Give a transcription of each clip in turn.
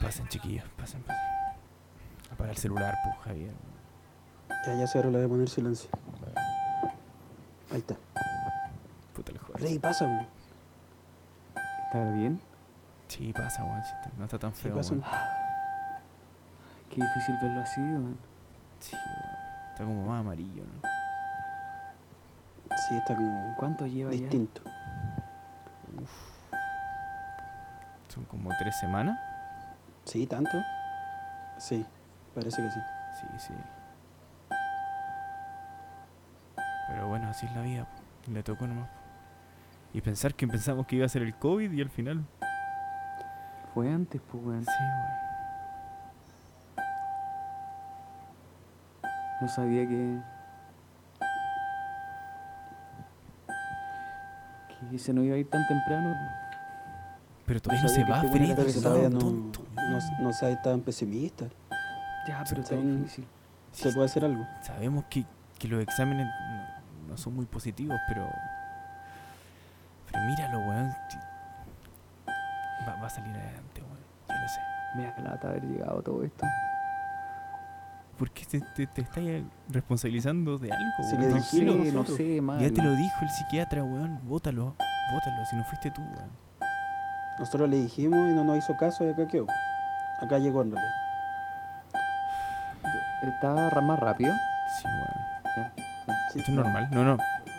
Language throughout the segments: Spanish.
Pasen, chiquillos, pasen, pasen. Apaga el celular, pues, Javier. Ya, ya se ahora la voy a poner silencio. Ahí está. Puta el juego. Rey, pasa, weón. ¿Está bien? Sí, pasa, weón. sí está- No está tan Sí, feo, pasa. weón. Qué difícil verlo así, weón. Sí, weón. Está como más amarillo, ¿no? Sí, está como ¿Cuánto lleva ya? distinto. Son como tres semanas. Sí, tanto. Sí, parece que sí. Sí, sí. Pero bueno, así es la vida. po. Le tocó nomás. po. Y pensar que pensamos que iba a ser el COVID y al final. Fue antes, pues, weón. Sí, weón. No sabía que. que se nos iba a ir tan temprano. Ah, Pero todavía no No se sabía que va, este weón Fred. era Pero Está que todo todavía weón, no, tonto. no, no se tan pesimista. Ya, pero está Sí. difícil. Se Sí, puede hacer algo. Sabemos que, que los exámenes no- no son muy positivos, pero. Pero míralo, weón. ti- Va, va a salir adelante, weón. Yo lo sé. Me da lata haber llegado a todo esto. ¿Por qué te, te, te estás responsabilizando de algo, Si weón? le No sé, dijimos no nosotros. sé, mal. Ya te lo dijo el psiquiatra, weón. Bótalo. Bótalo, si no fuiste tú, weón. Nosotros le dijimos y no nos hizo caso y acá quedó. Acá llegó en realidad. Estaba ra- más rápido. Sí, weón. Sí, Esto es normal. No, no.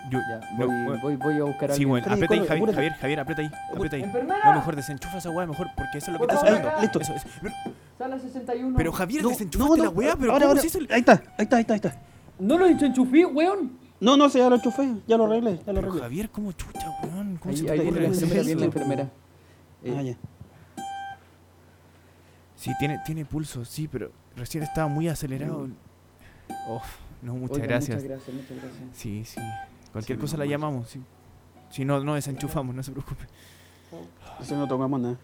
Yo. Ya, no, voy, weón. voy, voy a buscar a Sí, alguien. weón. Freddy, Aprieta ahí, corre, Javier, apúrate. Javier, aprieta ahí. Aprieta ahí. ¡Enfermera! No, mejor desenchufa esa weá, mejor, porque eso es lo que Por está favor, sonando. acá. Listo. Eso, eso. Sala 61. Pero Javier, No, desenchufaste la weá, pero ahora, ¿cómo ahora. se hizo el- Ahí está, ahí está, ahí está, ahí está. No lo enchufí, weón. No, no, sí, ya lo enchufé, ya lo arreglé, ya lo Pero arreglé. Javier, ¿cómo chucha, weón? ¿Cómo se Ahí, te ahí puede viene la ocurre hacer hacer enfermera, eso? viene la eso? enfermera. Eh, Ah, ya. Sí, tiene, tiene pulso, sí, pero recién estaba muy acelerado. Oh, no, muchas oiga, gracias. Muchas gracias, muchas gracias. Sí, sí. Cualquier Sí, cosa la normal. llamamos, sí. Si no, no desenchufamos, no se preocupe. Eso no tocamos nada.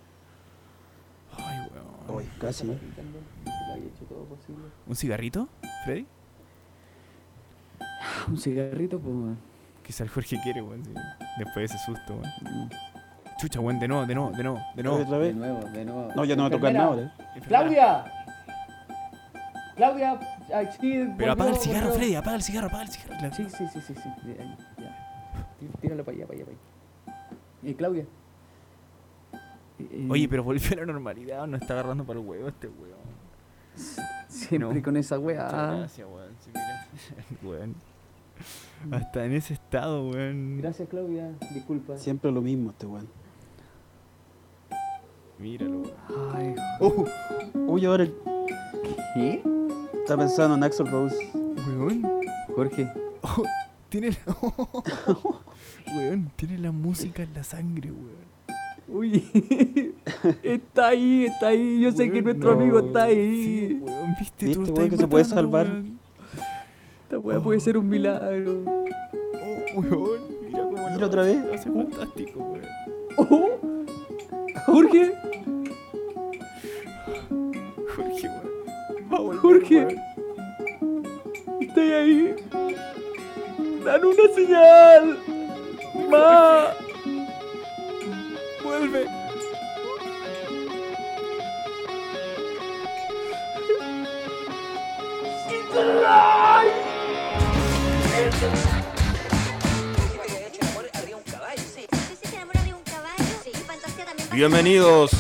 Ay, weón. Hoy, casi. ¿eh? Lo había hecho todo posible. ¿Un cigarrito, Freddy? Un cigarrito, pues, weón. Quizá el Jorge quiere, weón. sí. Después de ese susto, weón. Chucha, weón, de nuevo, de nuevo, de nuevo, de nuevo. ¿Otra De vez? nuevo, de nuevo. No, ya no va a tocar nada ahora. ¿eh? Claudia. Claudia. ay, sí, Pero volvió, apaga el cigarro, volvió. Freddy, apaga el cigarro, apaga el cigarro. Claro. Sí, sí, sí, sí, sí. de ahí, ya. Tí- Tíralo para allá, para allá, para allá. Eh, Claudia. Eh, Oye, pero volvió a la normalidad, no está agarrando para el huevo este weón. Eh, Siempre no. con esa weá. Muchas gracias, weón. Sí, mira. weón. Hasta en ese estado, weón. Gracias, Claudia. Disculpa. Siempre lo mismo este weón. Míralo, weón. Ay, Uh, uy, ahora el- ¿qué? está pensando en Axel Rose. Weón. Jorge. Oh, tiene la. weón, tiene la música en la sangre, weón. Uy. está ahí, está ahí. Yo sé que nuestro amigo está Sí, ahí. weón, viste, tú ¿Viste, lo weón, estás que se puede matando, salvar? weón. Esta weá puede ser un milagro. Oh, weón, mira cómo Mira lo otra hace, vez. lo hace fantástico, weón. Oh. Jorge. Jorge, weón. Va a volver, Jorge. weón. Está ahí. Dan una señal. Ma. Vuelve. Dice que el amor arriba de un caballo y fantasía también pasa- Bienvenidos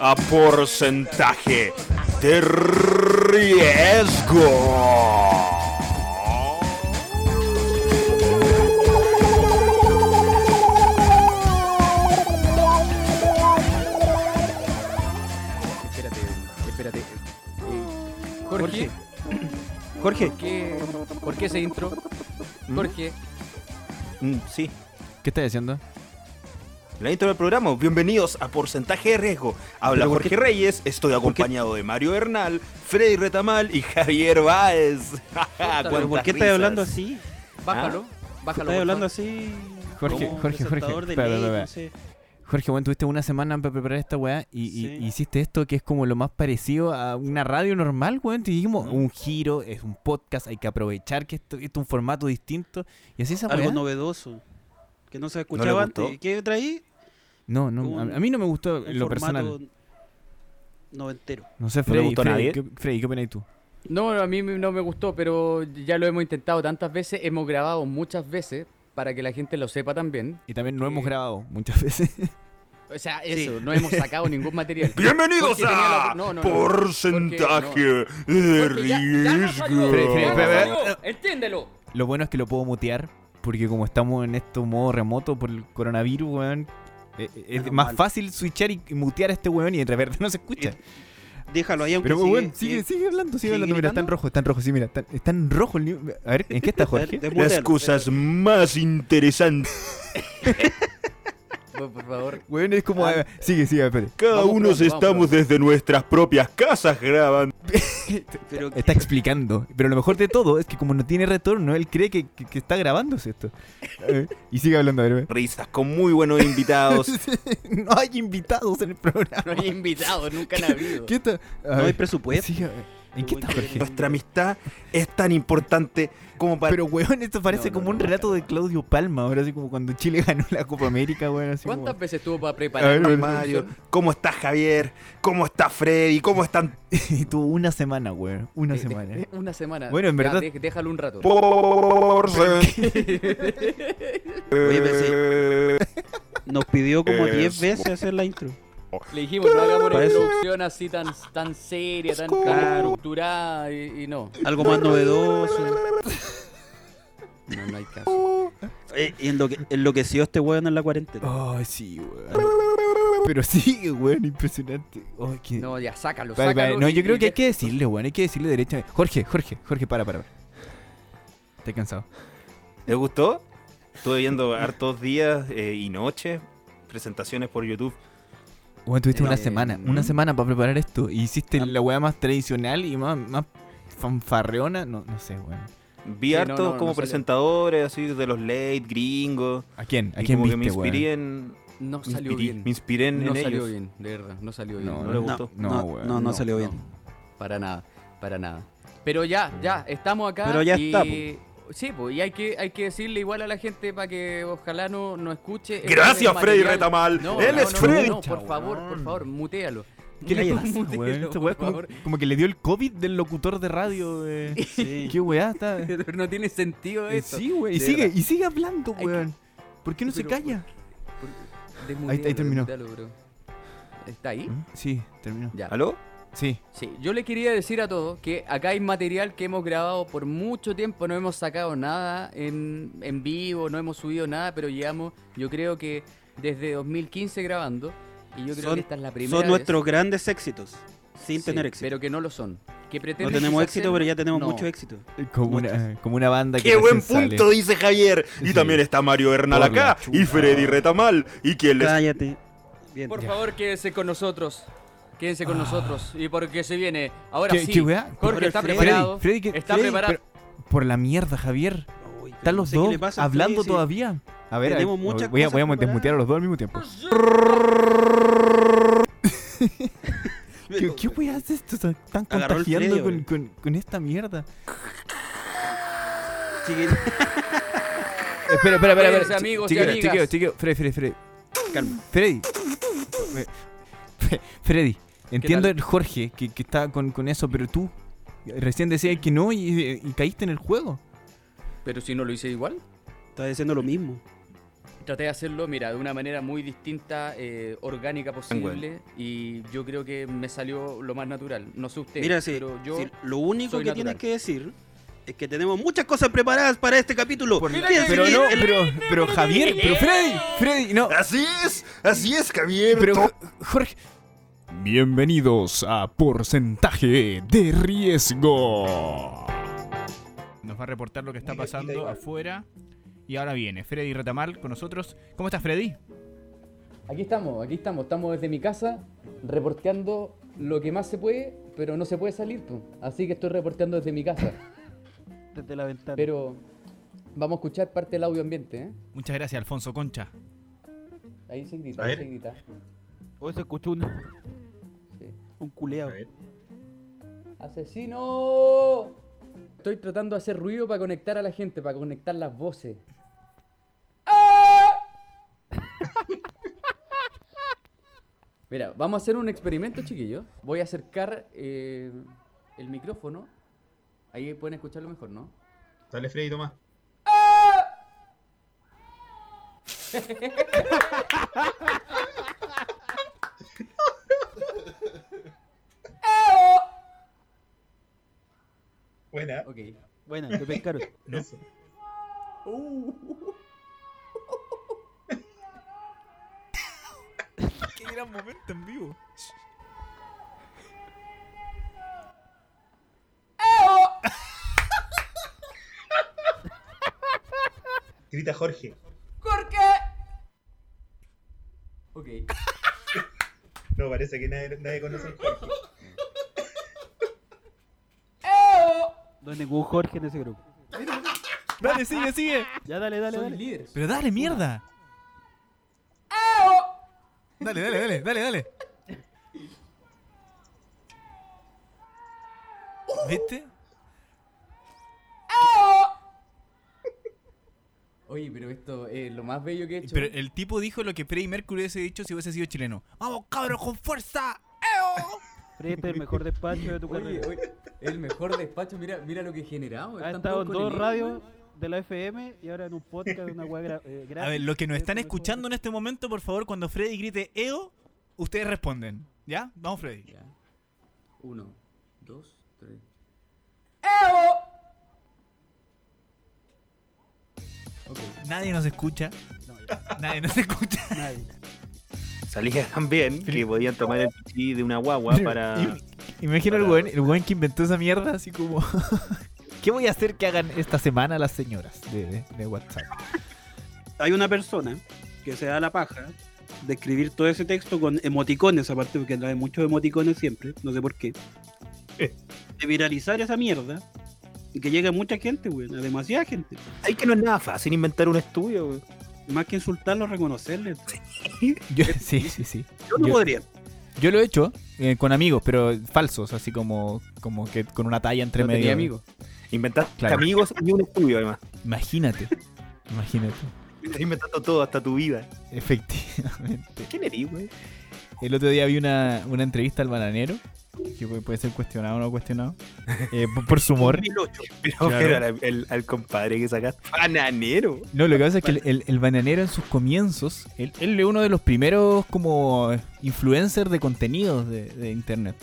a Porcentaje de Riesgo. Espérate, espérate. Eh, Jorge, Jorge, Jorge, ¿qué- ¿por qué ese intro? Jorge, Mm, sí, ¿Qué estás haciendo? la intro del programa. Bienvenidos a Porcentaje de Riesgo. Habla Jorge Reyes, estoy acompañado de Mario Hernal, Freddy Retamal y Javier Báez. Pero, ¿por qué estás hablando así? bájalo, bájalo. Estás por hablando favor. así. Jorge, como Jorge, un Jorge, presentador de espera, ley, espera, no sé. Jorge, bueno, tuviste una semana para preparar esta weá y, y- Sí. y hiciste esto que es como lo más parecido a una radio normal, weón. Te dijimos un giro, es un podcast, hay que aprovechar que esto, esto es un formato distinto. Y así esa Algo weá. No, novedoso. Que no se escuchaba gustó? antes. ¿Qué traí? no, a, un- a mí no me gustó Un lo formato personal. noventero. No sé, te Freddy. gustó a Freddy, nadie? ¿qué, Freddy, ¿qué opinas tú? No, a mí no me gustó, pero ya lo hemos intentado tantas veces, hemos grabado muchas veces para que la gente lo sepa también. Y también no Eh, hemos grabado muchas veces. O sea, eso, no hemos sacado ningún material. Bienvenidos Porque tenía la- a no, no, no, Porcentaje de Porque ya- ya Freddy, Freddy, nos falló, ya Riesgo. nos Freddy, Freddy. falló, Entiéndelo. Lo bueno es que lo puedo mutear, porque como estamos en este modo remoto por el coronavirus, weón, eh, eh, es Menos más mal. fácil switchear y y mutear a este weón y de repente no se escucha. Déjalo ahí, aunque Pero sigue- weón, sigue, sigue hablando, sigue sigue hablando. Mira, está en gritando. rojo, está en rojo, sí, mira, está, está en rojo el nivel. A ver, ¿en qué está A ver, Jorge? desmutealo. Las cosas más interesantes. Por, por favor. Weón, es como. Ah. eh, sigue, sigue, espérate. Cada Vamos uno pronto, vamos estamos pronto. desde nuestras propias casas grabando. Pero Está explicando. Pero lo mejor de todo es que como no tiene retorno, él cree que, que- que está grabándose esto. Eh, y sigue hablando, a ver. weón. Risas con muy buenos invitados. no hay invitados en el programa. No hay invitados, nunca han habido. ¿Qué está? A no hay ver, presupuesto. sigue, a ver. ¿En qué está Jorge? Nuestra amistad es tan importante como para. Pero, weón, esto parece No, no, como no, un no, relato no. de Claudio Palma, ahora así como cuando Chile ganó la Copa América, weón. Así como- ¿Cuántas veces tuvo para A ver, preparar? Eh, weón. Mario, ¿cómo está Javier? ¿Cómo está Freddy? ¿Cómo están Y tuvo una semana, weón. Una Eh, de- semana. de- Una semana. Bueno, en Ya, verdad- dej- déjalo un rato. Porcentaje. Oye, Eh. pero Nos pidió como 10 Eso. veces hacer la intro. Le dijimos, no hagamos una Para eso- introducción así tan, tan seria, tan, tan Claro. estructurada y, y no. Algo más novedoso. No, no hay caso. Eh, y enloque- enloqueció este weón en la cuarentena. Ay, sí, weón. Pero sigue, weón, impresionante. Ay, qué- No, ya, sácalo, Vale, vale, sácalo. No, y- yo creo y que hay de- que decirle, weón. Hay que decirle derechamente. Jorge, Jorge, Jorge, para, para, para. Estoy cansado. ¿Les gustó? Estuve viendo hartos días eh, y noches presentaciones por YouTube. Weón, tuviste Eh, Ah. una semana, una semana para preparar esto. Y hiciste la weá más tradicional y más, más fanfarreona. No, no sé, weón. Vi Sí, no, hartos no, no como salió. presentadores así de los late gringos. ¿A quién? ¿A y quién como viste, que me inspiré weón? en No me salió inspiré- bien. me inspiré en, No en salió ellos. bien, de verdad, no salió bien. No, No le gustó. No, No, no, weón, no, no no. salió bien. Para nada, para nada. Pero ya, ya, estamos acá. Pero ya y... está, Sí, pues, y hay que, hay que decirle igual a la gente para que ojalá no, no escuche. Gracias, Este Freddy material. Retamal. No, Él no, es no, Freddy. No, no, por favor, por favor, mutealo. ¿Qué le Cállate, pasa, mutealo, weón? Esta por weá es como, favor. como que le dio el COVID del locutor de radio. de- ¿Qué weá está? No tiene sentido Eh, eso. Sí, güey. Y de sigue, verdad. y sigue hablando, Hay que- weón. ¿Por qué no se Pero, calla? Desmutealo, Ahí- ahí terminó. desmutealo, bro. ¿Está ahí? ¿Mm? Sí, terminó. Ya. ¿Aló? Sí. Sí, yo le quería decir a todos que acá hay material que hemos grabado por mucho tiempo, no hemos sacado nada en, en vivo, no hemos subido nada, pero llevamos, yo creo que desde 2015 grabando, y yo creo Son- que esta es la primera Son vez- nuestros grandes éxitos. Sin Sí, tener éxito. Pero que no lo son. Que No pretenden tenemos quizás éxito, ser- pero ya tenemos No. mucho éxito. Como una, como una banda que. ¡Qué buen recién sale. punto! Dice Javier. Y Sí. también está Mario Bernal Por la acá. Y Freddy Retamal. ¿Y quién les Cállate. Bien. Por favor, quédense con nosotros. Quédense Ah. con nosotros. Y porque se viene. Ahora ¿Qué- sí. qué weá? Jorge Ahora está Freddy. preparado. Freddy, que- está Freddy, preparado. pero- por la mierda, Javier. Uy, pero Están no los sé qué dos le pasa a hablando Freddy, sí. todavía. A ver, a ver, Tenemos muchas voy a, cosas voy a preparadas. desmutear a los dos al mismo tiempo. ¿Qué, qué weá es esto? Se Están Agarró el contagiando Freddy, con, weón. con- con esta mierda. Sigue- Espera, espera, espera. Cuídense, espera. amigos y chiqueo, amigas. chiqueo, chiqueo. Freddy, Freddy, Freddy. Calma. Freddy. Fe- Fe- Freddy, entiendo tal? el Jorge que, que está con, con eso, pero tú recién decías que no y, y caíste en el juego. Pero si no lo hice igual. Está diciendo lo mismo. Traté de hacerlo, mira, de una manera muy distinta, eh, orgánica posible, y yo creo que me salió lo más natural. No sé ustedes, Mira, sí, pero yo... sí, lo único soy que natural. tienes que decir es que tenemos muchas cosas preparadas para este capítulo. Quédense Pero aquí no, en la- pero, pero Javier, pero Freddy, Freddy, no. Así es, así es, Javier. Pero Jorge. Bienvenidos a Porcentaje de Riesgo. Nos va a reportar lo que está pasando afuera. Y ahora viene Freddy Retamal con nosotros. ¿Cómo estás, Freddy? Aquí estamos, aquí estamos, estamos desde mi casa reporteando lo que más se puede, pero no se puede salir, po. así que estoy reporteando desde mi casa. Desde la ventana. Pero vamos a escuchar parte del audio ambiente, ¿eh? Muchas gracias, Alfonso Concha. Ahí se grita, A ahí ver. se grita. Hoy se escuchó un, un culeado. ¡Asesino! Estoy tratando de hacer ruido para conectar a la gente, para conectar las voces. ¡Ah! Mira, vamos a hacer un experimento, chiquillo. Voy a acercar eh, el micrófono. Ahí pueden escucharlo mejor, ¿no? Dale, Freddy, Tomás. Buena. Ok. Bueno, te pescaron. Eso. Qué gran momento en vivo. Grita Jorge. Ok. No, parece que nadie, nadie conoce a Jorge. No hay ningún Jorge en ese grupo. Dale, sigue, sigue. Ya dale, dale, Soy dale. líder. Pero dale, mierda. Dale, dale, dale, dale, dale. ¿Viste? Oye, pero esto es lo más bello que he hecho. Pero el tipo dijo lo que Freddie Mercury hubiese dicho si hubiese sido chileno. ¡Vamos, cabros, con fuerza! ¡Eo! Frente este el mejor despacho de tu Oye, carrera. oye, el mejor despacho, mira, mira lo que generamos. Ha están estado todos en con dos el- radios de la FM y ahora en un podcast de una web gra- eh, gratis. A ver, los que nos están Eso, eso, escuchando en este momento, por favor, cuando Freddy grite EO, ustedes responden. ¿Ya? Vamos, Freddy. Ya. Uno, dos, tres. Nadie nos escucha. Nadie nos escucha. Nadie. Salía también que podían tomar el pichí de una guagua para. Imagina el weón- el que inventó esa mierda, así como. ¿Qué voy a hacer que hagan esta semana las señoras de, WhatsApp? hay una persona que se da la paja de escribir todo ese texto con emoticones, aparte porque trae muchos emoticones siempre, no sé por qué. De viralizar esa mierda y que llegue a mucha gente, güey, a demasiada gente. Hay que no es nada fácil inventar un estudio, güey. Más que insultarlos, reconocerles. sí, sí, sí. Yo no Yo- podría. Yo lo he hecho eh, con amigos, pero falsos, así como, como que con una talla entre No medio. tenía amigos. Inventar Claro. amigos y un estudio, además. Imagínate. Imagínate. Estás inventando todo, hasta tu vida. Efectivamente. ¿Quién eres, güey? El otro día vi una, una entrevista al bananero, que pu- puede ser cuestionado o no cuestionado, eh, por- por su humor. 2008. Pero Claro. pero al, al- al compadre que sacaste. Bananero. No, lo que pasa es que el, el- el bananero en sus comienzos, él, él es uno de los primeros como influencer de contenidos de, de internet.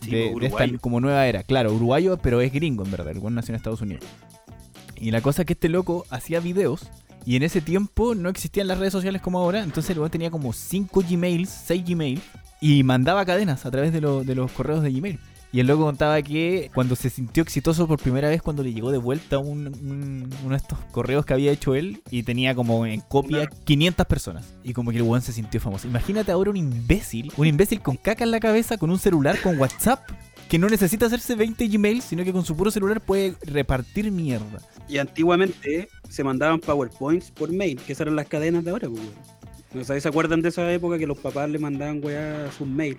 Sí, de, de esta uruguayo. como nueva era. Claro, uruguayo, pero es gringo en verdad. El buen nació en Estados Unidos. Y la cosa es que este loco hacía videos y en ese tiempo no existían las redes sociales como ahora. Entonces el weón tenía como 5 Gmails, 6 Gmail y mandaba cadenas a través de, lo- de los correos de Gmail. Y el loco contaba que cuando se sintió exitoso por primera vez, cuando le llegó de vuelta un, un- uno de estos correos que había hecho él y tenía como en copia 500 personas. Y como que el weón se sintió famoso. Imagínate ahora un imbécil, un imbécil con caca en la cabeza, con un celular, con WhatsApp, que no necesita hacerse 20 Gmail, sino que con su puro celular puede repartir mierda. Y antiguamente se mandaban PowerPoints por mail, que esas eran las cadenas de ahora, pues, güey. No sabes, ¿se acuerdan de esa época que los papás le mandaban weá a sus mails?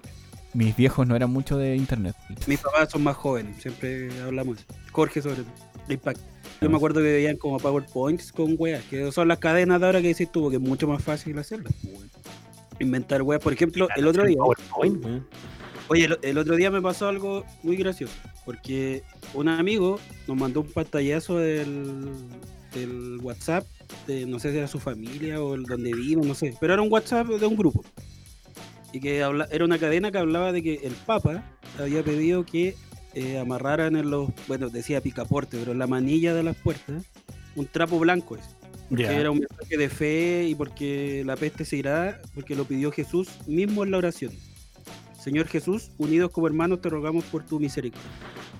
Mis viejos no eran mucho de internet. Mis papás son más jóvenes, siempre hablamos eso. Jorge sobre todo, de impacto. Yo me acuerdo que veían como PowerPoints con weas, que son las cadenas de ahora que decís tú, porque es mucho más fácil hacerlas. pues, weón. Inventar weas, por ejemplo, el otro día, PowerPoint, güey. oye, el, el otro día me pasó algo muy gracioso, porque un amigo nos mandó un pantallazo del, del WhatsApp, de, no sé si era su familia o el donde vivo, no sé, pero era un WhatsApp de un grupo. Y que habla, era una cadena que hablaba de que el Papa había pedido que eh, amarraran en los, bueno, decía picaporte, pero en la manilla de las puertas, un trapo blanco ese. Porque Ya. era un mensaje de fe y porque la peste se irá, porque lo pidió Jesús mismo en la oración. Señor Jesús, unidos como hermanos, te rogamos por tu misericordia.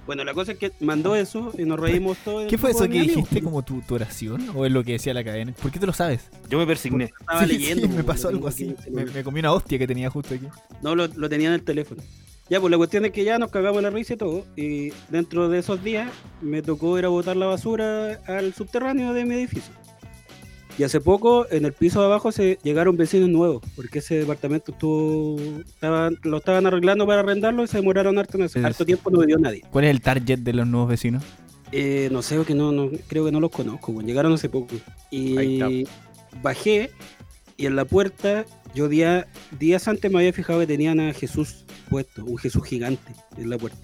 Bueno, la cosa es que mandó eso y nos reímos todos. en ¿Qué el fue grupo eso de que mis amigos. dijiste como tu, tu oración? ¿O es lo que decía la cadena? ¿Por qué te lo sabes? Yo me persigné. Estaba Sí, sí, leyendo. me pues, pasó lo algo tengo así. aquí en el Me, me comí una hostia que tenía justo aquí. No, lo, lo tenía en el teléfono. Ya, pues la cuestión es que ya nos cagamos la risa y todo. Y dentro de esos días me tocó ir a botar la basura al subterráneo de mi edificio. Y hace poco en el piso de abajo se llegaron vecinos nuevos, porque ese departamento estuvo, estaban- lo estaban arreglando para arrendarlo y se demoraron harto, en eso. Es- harto tiempo, no vivió nadie. ¿Cuál es el target de los nuevos vecinos? Eh, no sé, que no, no, creo que no los conozco, weón. llegaron hace poco. Y bajé y en la puerta, yo día- días antes me había fijado que tenían a Jesús puesto, un Jesús gigante en la puerta.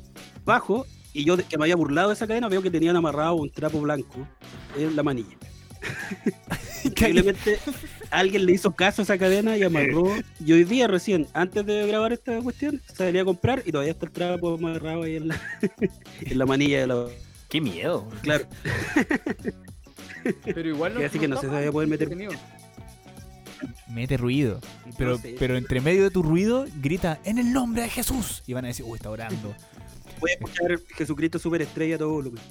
Bajo, y yo de- que me había burlado de esa cadena, veo que tenían amarrado un trapo blanco en la manilla. Increíblemente alguien le hizo caso a esa cadena y amarró. Y hoy día recién, antes de grabar esta cuestión, salí a comprar y todavía está el trapo amarrado ahí en la, en la manilla de la... Qué miedo. Claro, Pero igual Y así que no sé está si mal, voy a poder meter- entretenido. Mete ruido. Pero, No sé. pero entre medio de tu ruido, grita en el nombre de Jesús. Y van a decir, uy, está orando. voy a escuchar Jesucristo Superestrella a todo volumen.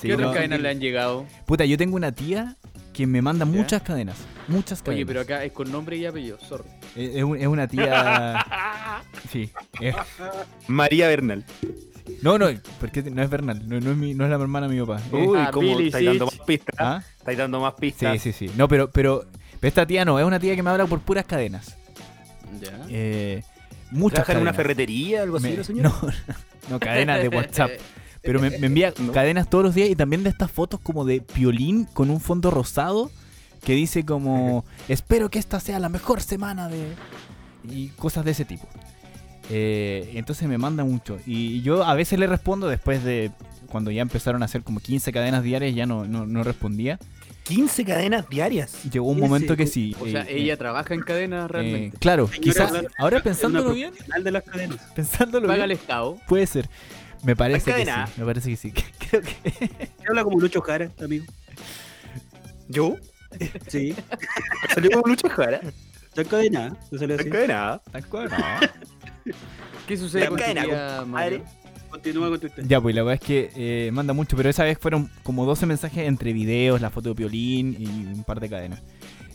Sí, ¿Qué otras no. cadenas le han llegado? Puta, yo tengo una tía que me manda ¿Ya? muchas cadenas. Muchas cadenas. Eh, Oye, pero acá es con nombre y apellido, sorry. Es, es un- es una tía. Sí. es- María Bernal. No, no, porque no es Bernal. No, no es, mi- no es la hermana de mi papá. Es- Uy, Ah, cómo Billy estáis dando Sitch. más pistas. ¿Ah? Estáis dando más Sí, pistas. sí, sí. No, pero, pero, pero esta tía no. Es una tía que me habla por puras cadenas. Ya. Eh, muchas ¿Trabaja en una cadenas. ferretería algo así, Me- la señora? no, no, cadenas de WhatsApp. Eh, Pero me, me envía No. cadenas todos los días y también de estas fotos como de piolín con un fondo rosado que dice como espero que esta sea la mejor semana de... y cosas de ese tipo. Eh, entonces me manda mucho y yo a veces le respondo después de cuando ya empezaron a hacer como 15 cadenas diarias ya no, no, no respondía. 15 cadenas diarias. Llegó un 15, momento que sí. O sea, eh, ella eh, trabaja en cadena realmente. claro, Señora, quizás claro, ahora Es una pensándolo bien, profesional de las cadenas. pensándolo Paga el bien, Estado. puede ser. Me parece que sí, cadena. me parece que sí. Creo que Se habla como Lucho Jara, amigo. ¿Yo? Sí, ¿Salió con lucha cara? está encadenada. No salió así. cadena? tal cual. ¿Qué sucede La con tu cadena, tía, Mario? Continúa con tu historia. Ya, pues la verdad es que eh, manda mucho, pero esa vez fueron como 12 mensajes entre videos, la foto de Piolín y un par de cadenas.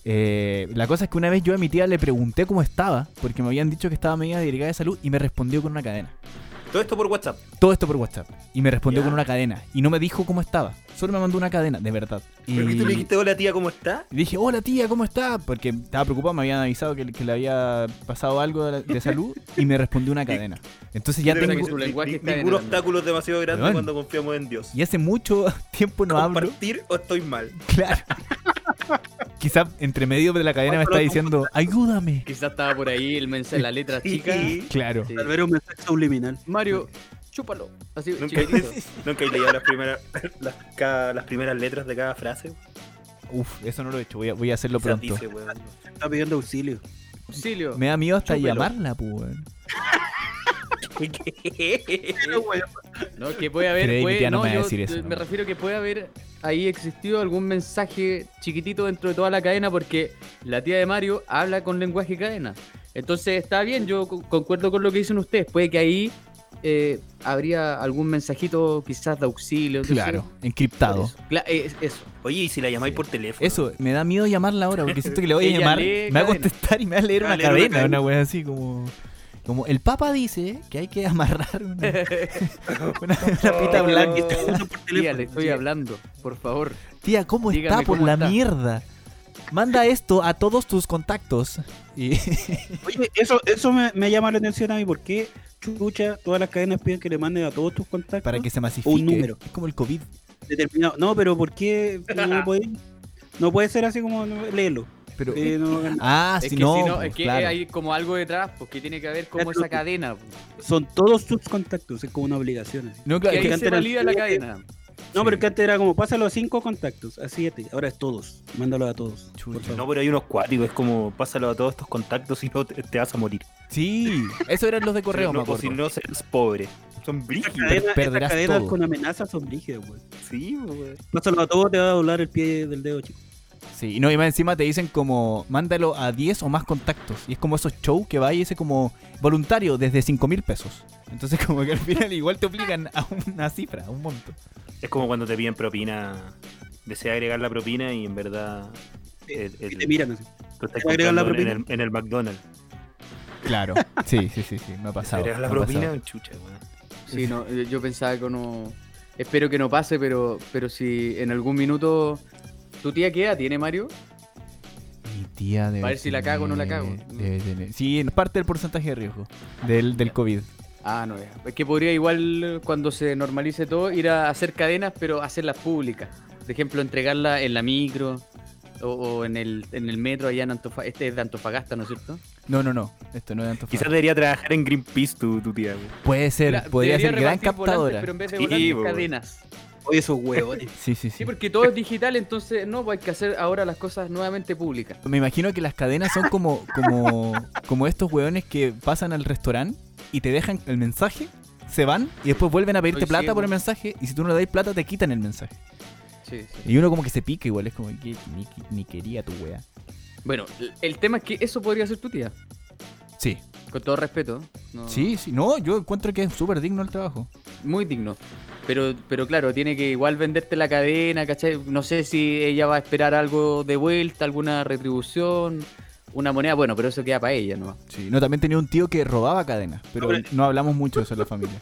Eh, la cosa es que una vez yo a mi tía le pregunté cómo estaba, porque me habían dicho que estaba media delicada de salud y me respondió con una cadena. Todo esto por WhatsApp. Todo esto por WhatsApp. Y me respondió Ya. con una cadena. Y no me dijo cómo estaba. Solo me mandó una cadena, de verdad. Y ¿Pero qué tú le dijiste hola tía cómo está? y dije, hola tía, ¿cómo está? Porque estaba preocupado, me habían avisado que, que le había pasado algo de, la- de salud y me respondió una cadena. Entonces ya Yo tengo... creo que su lenguaje está Ningún en el- obstáculo es demasiado grande Weón. cuando confiamos en Dios. Y hace mucho tiempo no hablo. ¿Compartir o estoy mal? Claro. Quizá entre medio de la cadena me está diciendo, ayúdame. Quizás estaba por ahí el mensaje, la letra chica. Sí. Claro. Sí. Tal vez era un mensaje subliminal. Mario, chúpalo. Así, Nunca he, chiquitito. nunca he leído las primeras, las, cada- las primeras letras de cada frase. Uf, eso no lo he hecho, voy a, voy a hacerlo Quizás pronto. dice, weón. Está pidiendo auxilio. Auxilio. Me da miedo hasta Chúpelo. llamarla, pues. No, que puede haber. Creí que puede- ya no no, me iba a yo decir eso, te- no. Me refiero que puede haber ahí existido algún mensaje chiquitito dentro de toda la cadena, porque la tía de Mario habla con lenguaje cadena. Entonces está bien, yo co- concuerdo con lo que dicen ustedes. Puede que ahí eh, habría algún mensajito quizás de auxilio. no sé. Claro, encriptado. Eso, cla- eh, es- eso. Oye, ¿y si la llamáis por teléfono? Eso, me da miedo llamarla ahora porque siento que le voy a Ella llamar, lee me va a cadena. contestar y me va a leer Va una a leer una cadena, cadena. una wea así como... Como el Papa dice que hay que amarrar una, una, una pita blanca. Tía, le estoy hablando, por favor. Tía, ¿cómo está Dígame por cómo la está. mierda? Manda esto a todos tus contactos. Y, Oye, eso, eso me, me llama la atención a mí. ¿Por qué, chucha, todas las cadenas piden que le manden a todos tus contactos? para que se masifique. número. Es como el COVID. Determinado. No, pero ¿por qué no puede, no puede ser así como no, léelo? Pero, Eh, no, Ah, es si que no, si no, pues, es que claro. hay como algo detrás, porque tiene que haber como esa cadena. son todos tus contactos. Es como una obligación. así. No, claro, Que es que- ahí antes se era- valida la cadena. No, Sí. pero que antes era como, pásalo a cinco contactos, a siete. Ahora es todos. Mándalo a todos. Chucha. por favor. No, pero hay unos cuáticos, es como pásalo a todos estos contactos y no te, te vas a morir. Sí, eso eran los de correo, no, me pues, o si acuerdo. no serás pobre. Son Estas brígidos. cadenas- estas perderás cadenas todo. con amenazas son brígidas, güey. Sí, weón. Pásalo a todos, te va a doblar el pie del dedo, chico. Sí, y no, y más encima te dicen como, mándalo a 10 o más contactos. Y es como esos shows que va y dice como, voluntario, desde 5 mil pesos. Entonces como que al final igual te obligan a una cifra, a un monto. Es como cuando te piden propina. Desea agregar la propina y en verdad. el- el- Y te miran así. tú estás ¿Te agregan la comprando en propina? el, en el McDonald's. Claro. Sí, sí, sí, sí, me ha ¿Te pasado. agregas la me ha propina? pasado. Chucha, weón. Sí, no, eh, yo pensaba que no. Espero que no pase, pero, pero si en algún minuto. ¿Tu tía qué edad tiene, Mario? Mi tía debe A ver si la cago o no la cago. tener- debe tener- Sí, es parte del porcentaje de riesgo del, del COVID. Ah, no, ya. Es que podría igual, eh, cuando se normalice todo, ir a hacer cadenas, pero hacerlas públicas. Por ejemplo, entregarla en la micro, o, o en, el, en el metro allá en Antofagasta. Este es de Antofagasta, ¿no es cierto? No, no, no. Esto no es Antofagasta. Quizás debería trabajar en Greenpeace tu, tu tía, güey. Puede ser, Mira, podría debería ser gran repartir volantes, captadora. pero en vez de Sí, volantes, po. cadenas. Oye, esos huevones. Sí, sí, sí. Sí, porque todo es digital, entonces no, pues hay que hacer ahora las cosas nuevamente públicas. Me imagino que las cadenas son como, como, como estos hueones que pasan al restaurante y te dejan el mensaje, se van y después vuelven a pedirte Estoy plata ciego. por el mensaje y si tú no le das plata te quitan el mensaje. Sí, sí. Y uno como que se pica igual, es como que ni, ni quería tu wea. Bueno, el- el tema es que eso podría ser tu tía. Sí, Con todo respeto. no- sí, sí. No, yo encuentro que es súper digno el trabajo. Muy digno. Pero, pero claro, tiene que igual venderte la cadena, ¿cachai? No sé si ella va a esperar algo de vuelta, alguna retribución, una moneda. Bueno, pero eso queda para ella nomás. Sí, no, también tenía un tío que robaba cadenas, pero Ahora- no hablamos mucho de eso en la familia.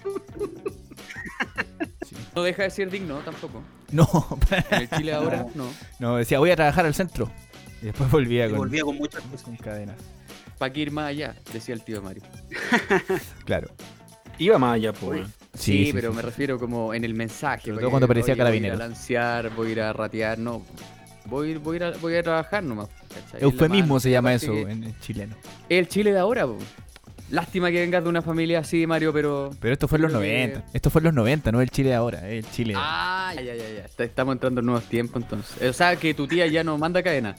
Sí. No deja de ser digno tampoco. No, En el Chile ahora no. no, decía voy a trabajar al centro. Y después volvía Y con, volvía con muchas cosas. con cadenas. ¿Para qué ir más allá? Decía el tío de Mario. Claro. Iba más allá, po, güey. Sí, pero me refiero como en el mensaje. Sobre para todo que, cuando parecía "Oye, voy a ir Carabineros". a lancear, voy a ir a ratear, no. Voy, a ir- voy, a, ir a- voy a ir a trabajar nomás. ¿cachai? Es la Eufemismo mano, se llama aparte eso que- en en chileno. Es el Chile de ahora, po. Lástima que vengas de una familia así, Mario, pero. Pero esto fue en los Creo que- 90. Esto fue en los 90, no el Chile de ahora, es el Chile. Ah, ya, ya, ya. Est- Estamos entrando en nuevos tiempos entonces. O sea, que tu tía ya no manda cadena.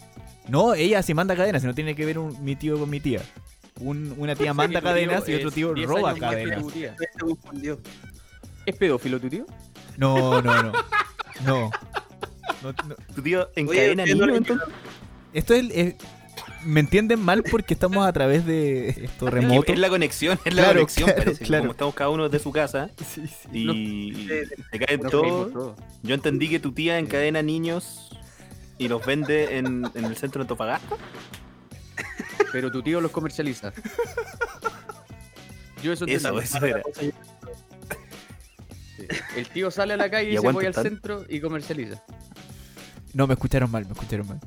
No, ella sí manda cadenas, no tiene que ver un- mi tío con mi tía. Un- una tía manda cadenas y otro tío roba cadenas. Se confundió. ¿Es pedófilo tu tío? No, no, no. No. No, no. Tu tío Oye, encadena ¿usted no niños, le- entonces. Esto es, es- Me entienden mal porque estamos a través de esto remoto. Es la conexión, es la Claro, conexión, claro, parece. claro. Como estamos cada uno de su casa Sí, sí. y, y se cae Nos todo. creímos todo. Yo entendí que tu tía encadena niños y los vende en, en el centro de Antofagasta. Pero tu tío los comercializa. Yo eso entendí. Eso, eso era. Sí. El tío sale a la calle ¿Y y dice aguanta voy al tanto? centro y comercializa. No, me escucharon mal, me escucharon mal.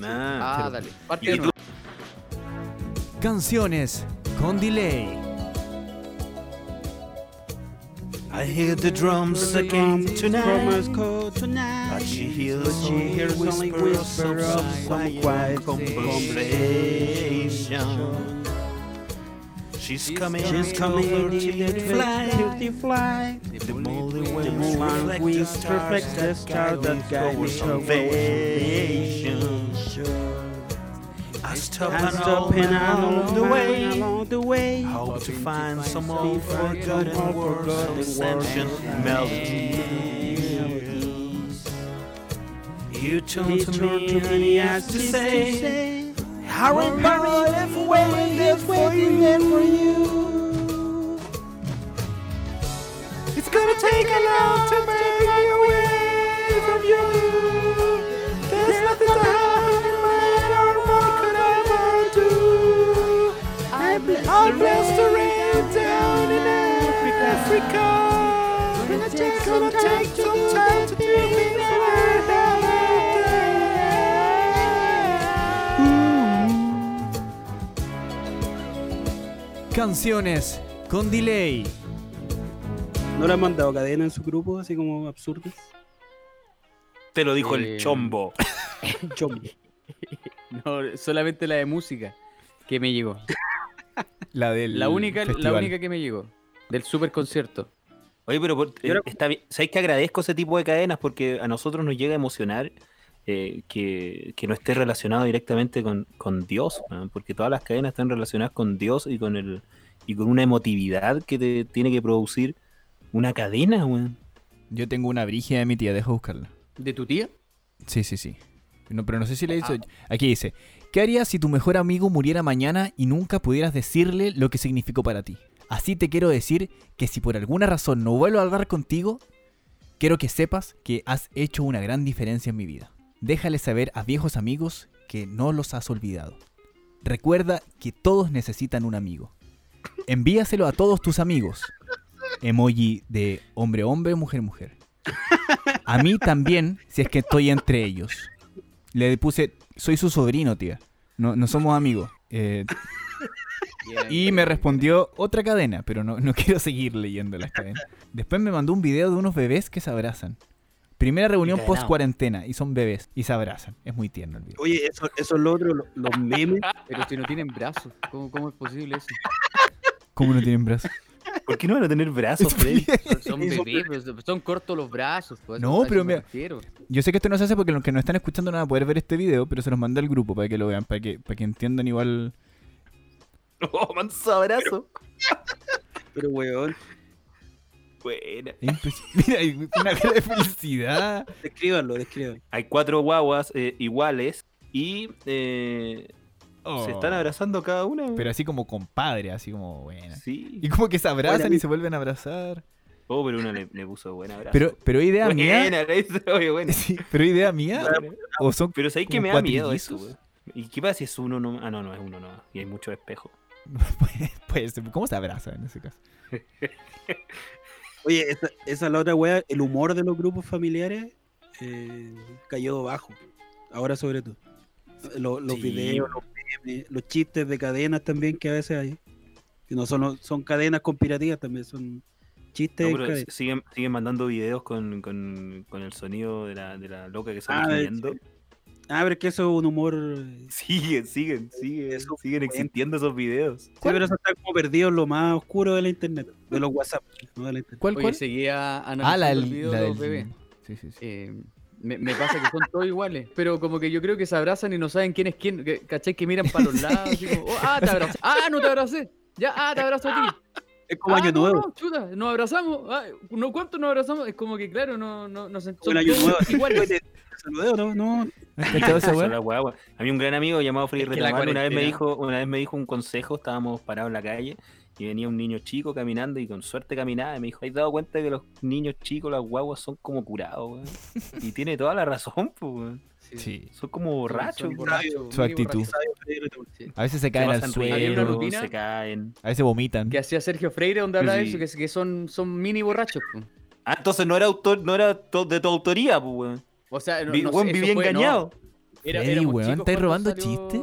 Ah. Ah, claro. dale. Parte Y de tú- nuevo. Canciones con delay. I hear the Pues drums again tonight. But she hears only whisper of some quiet conversation. She's coming, she's coming over to the flight. The moldy wind reflects the star that guides salvation. I stop and Stop and along the way. along the way. Hope to find some old forgotten words and sentient melodies. You turn to me and ask to say, Hurry, hurry, left way, left for you, left for you. It's gonna take a lot to make me away from you. There's nothing to hide in my head or more could I ever do. I bless I'll bless the rain down in Africa. Africa. And it's gonna take some time to do things right Canciones con delay. ¿No le han mandado cadena en su grupo, así como absurdo? Te lo dijo el Eh, chombo. Chombo. No, solamente la de música que me llegó. La del. La única, la festival. única que me llegó. Del super concierto. Oye, pero por- eh, está bien. ¿Sabéis que agradezco ese tipo de cadenas? Porque a nosotros nos llega a emocionar eh, que, que no esté relacionado directamente con, con Dios, ¿no? porque todas las cadenas están relacionadas con Dios y con el y con una emotividad que te tiene que producir una cadena, weón. Yo tengo una brigia de mi tía, deja buscarla. ¿De tu tía? Sí, sí, sí. No, pero no sé si le hizo. Aquí dice: ¿Qué harías si tu mejor amigo muriera mañana y nunca pudieras decirle lo que significó para ti? Así te quiero decir que si por alguna razón no vuelvo a hablar contigo, quiero que sepas que has hecho una gran diferencia en mi vida. Déjale saber a viejos amigos que no los has olvidado. Recuerda que todos necesitan un amigo. Envíaselo a todos tus amigos. Emoji de hombre, hombre, mujer, mujer. A mí también, si es que estoy entre ellos. Le puse, soy su sobrino, tía. No, no somos amigos. Eh, y me respondió otra cadena, pero no, no quiero seguir leyendo las cadenas. Después me mandó un video de unos bebés que se abrazan. Primera reunión Encadenado. post cuarentena y son bebés y se abrazan. Es muy tierno el video. Oye, eso, eso es lo otro, lo- los memes. Pero si no tienen brazos, ¿cómo, cómo es posible eso? ¿Cómo no tienen brazos? ¿Por qué no van a tener brazos, Freddy? Son, son bebés, pero son- son cortos los brazos. pues, No, a eso pero me mira- refiero. Yo sé que esto no se hace porque los que no están escuchando no van a poder ver este video, pero se los manda al grupo para que lo vean, para que, para que entiendan igual. No, manso abrazo. Pero, weón, Buena. Es impresi- Mira, hay una cara de felicidad. descríbanlo, descríbanlo. Hay cuatro guaguas eh, iguales y eh, se están abrazando cada una. Oh. Pero así como compadre, así como buena. Sí. Y como que se abrazan Buena. y se vuelven a abrazar. Oh, pero uno le, le puso buen abrazo. Pero, pero idea mía. buena, le dice, oye, bueno. Sí, pero idea mía. O son. Pero sabéis que ¿Como me da miedo eso, cuatrillizos? weón. ¿Y qué pasa si es uno no? Ah, no, no, es uno no. Y hay mucho espejo. Pues, ¿cómo se abrazan en ese caso? Oye, esa, esa es la otra wea, el humor de los grupos familiares eh, cayó bajo. Ahora sobre todo. Lo- los Sí. videos, los memes, los chistes de cadenas también que a veces hay. Que no son, los- son cadenas conspirativas también, son chistes No, de pero cadenas. siguen, siguen mandando videos con, con, con el sonido de la, de la loca que se Ah, va de- riendo. Ah, pero es que eso es un humor. eh, Siguen, siguen, siguen, Eso, siguen bueno. existiendo esos videos. Sí, pero eso está como perdido en lo más oscuro de la internet, de los WhatsApp, no de la internet. ¿Cuál, Oye, cuál? seguía analizando Ah, la el video del. La de del... los bebés. Sí, sí, sí. Eh, me, me pasa que son todos iguales, pero como que yo creo que se abrazan y no saben quién es quién. que- ¿Cachai? Que miran para los lados. así como, oh, ah, te abracé. Ah, no te abracé. Ya, ah, te abrazo a ti. Es como Ah, año no, nuevo. No, chuta, nos abrazamos. Ah, no, ¿Cuánto nos abrazamos? Es como que, claro, no, no, no se Como el año nuevo. así, oye, te saludé, ¿o ¿no? No, ¿Has cachado esa Eso, weá? la weá, weá. A mí un gran amigo llamado Freddy Es que la Retamar una vez me cuarentena. dijo, una vez me dijo un consejo, estábamos parados en la calle y venía un niño chico caminando y con suerte caminaba y me dijo, ¿has dado cuenta que los niños chicos, las guaguas son como curados, weón?" Y tiene toda la razón, pues, weón. Sí. Son como borrachos, weón. Su actitud. A veces se caen al pasan riendo, suelo, rutina. se caen. a veces vomitan. Que hacía Sergio Freire donde habla de Sí. eso, que, es- que son, son mini borrachos. po. Ah, entonces no era autor, no era to- de tu autoría, pues, weón. O sea, no, Vi- no sé, weón, eso vivía fue- no, engañado. Era, Freddy, éramos weón, chicos ¿estáis cuando robando salió- chistes?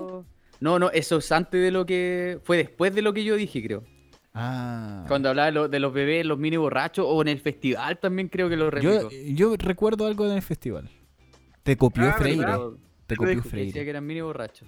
No, no, eso es antes de lo que. Fue después de lo que yo dije, creo. Ah. Cuando hablaba de, lo- de los bebés, los mini borrachos, o en el festival también creo que lo repito. Yo, yo recuerdo algo del festival. Te copió Ah, Freire. ¿verdad? Te Lo copió dijo que Decía que Freire. eran mini borrachos.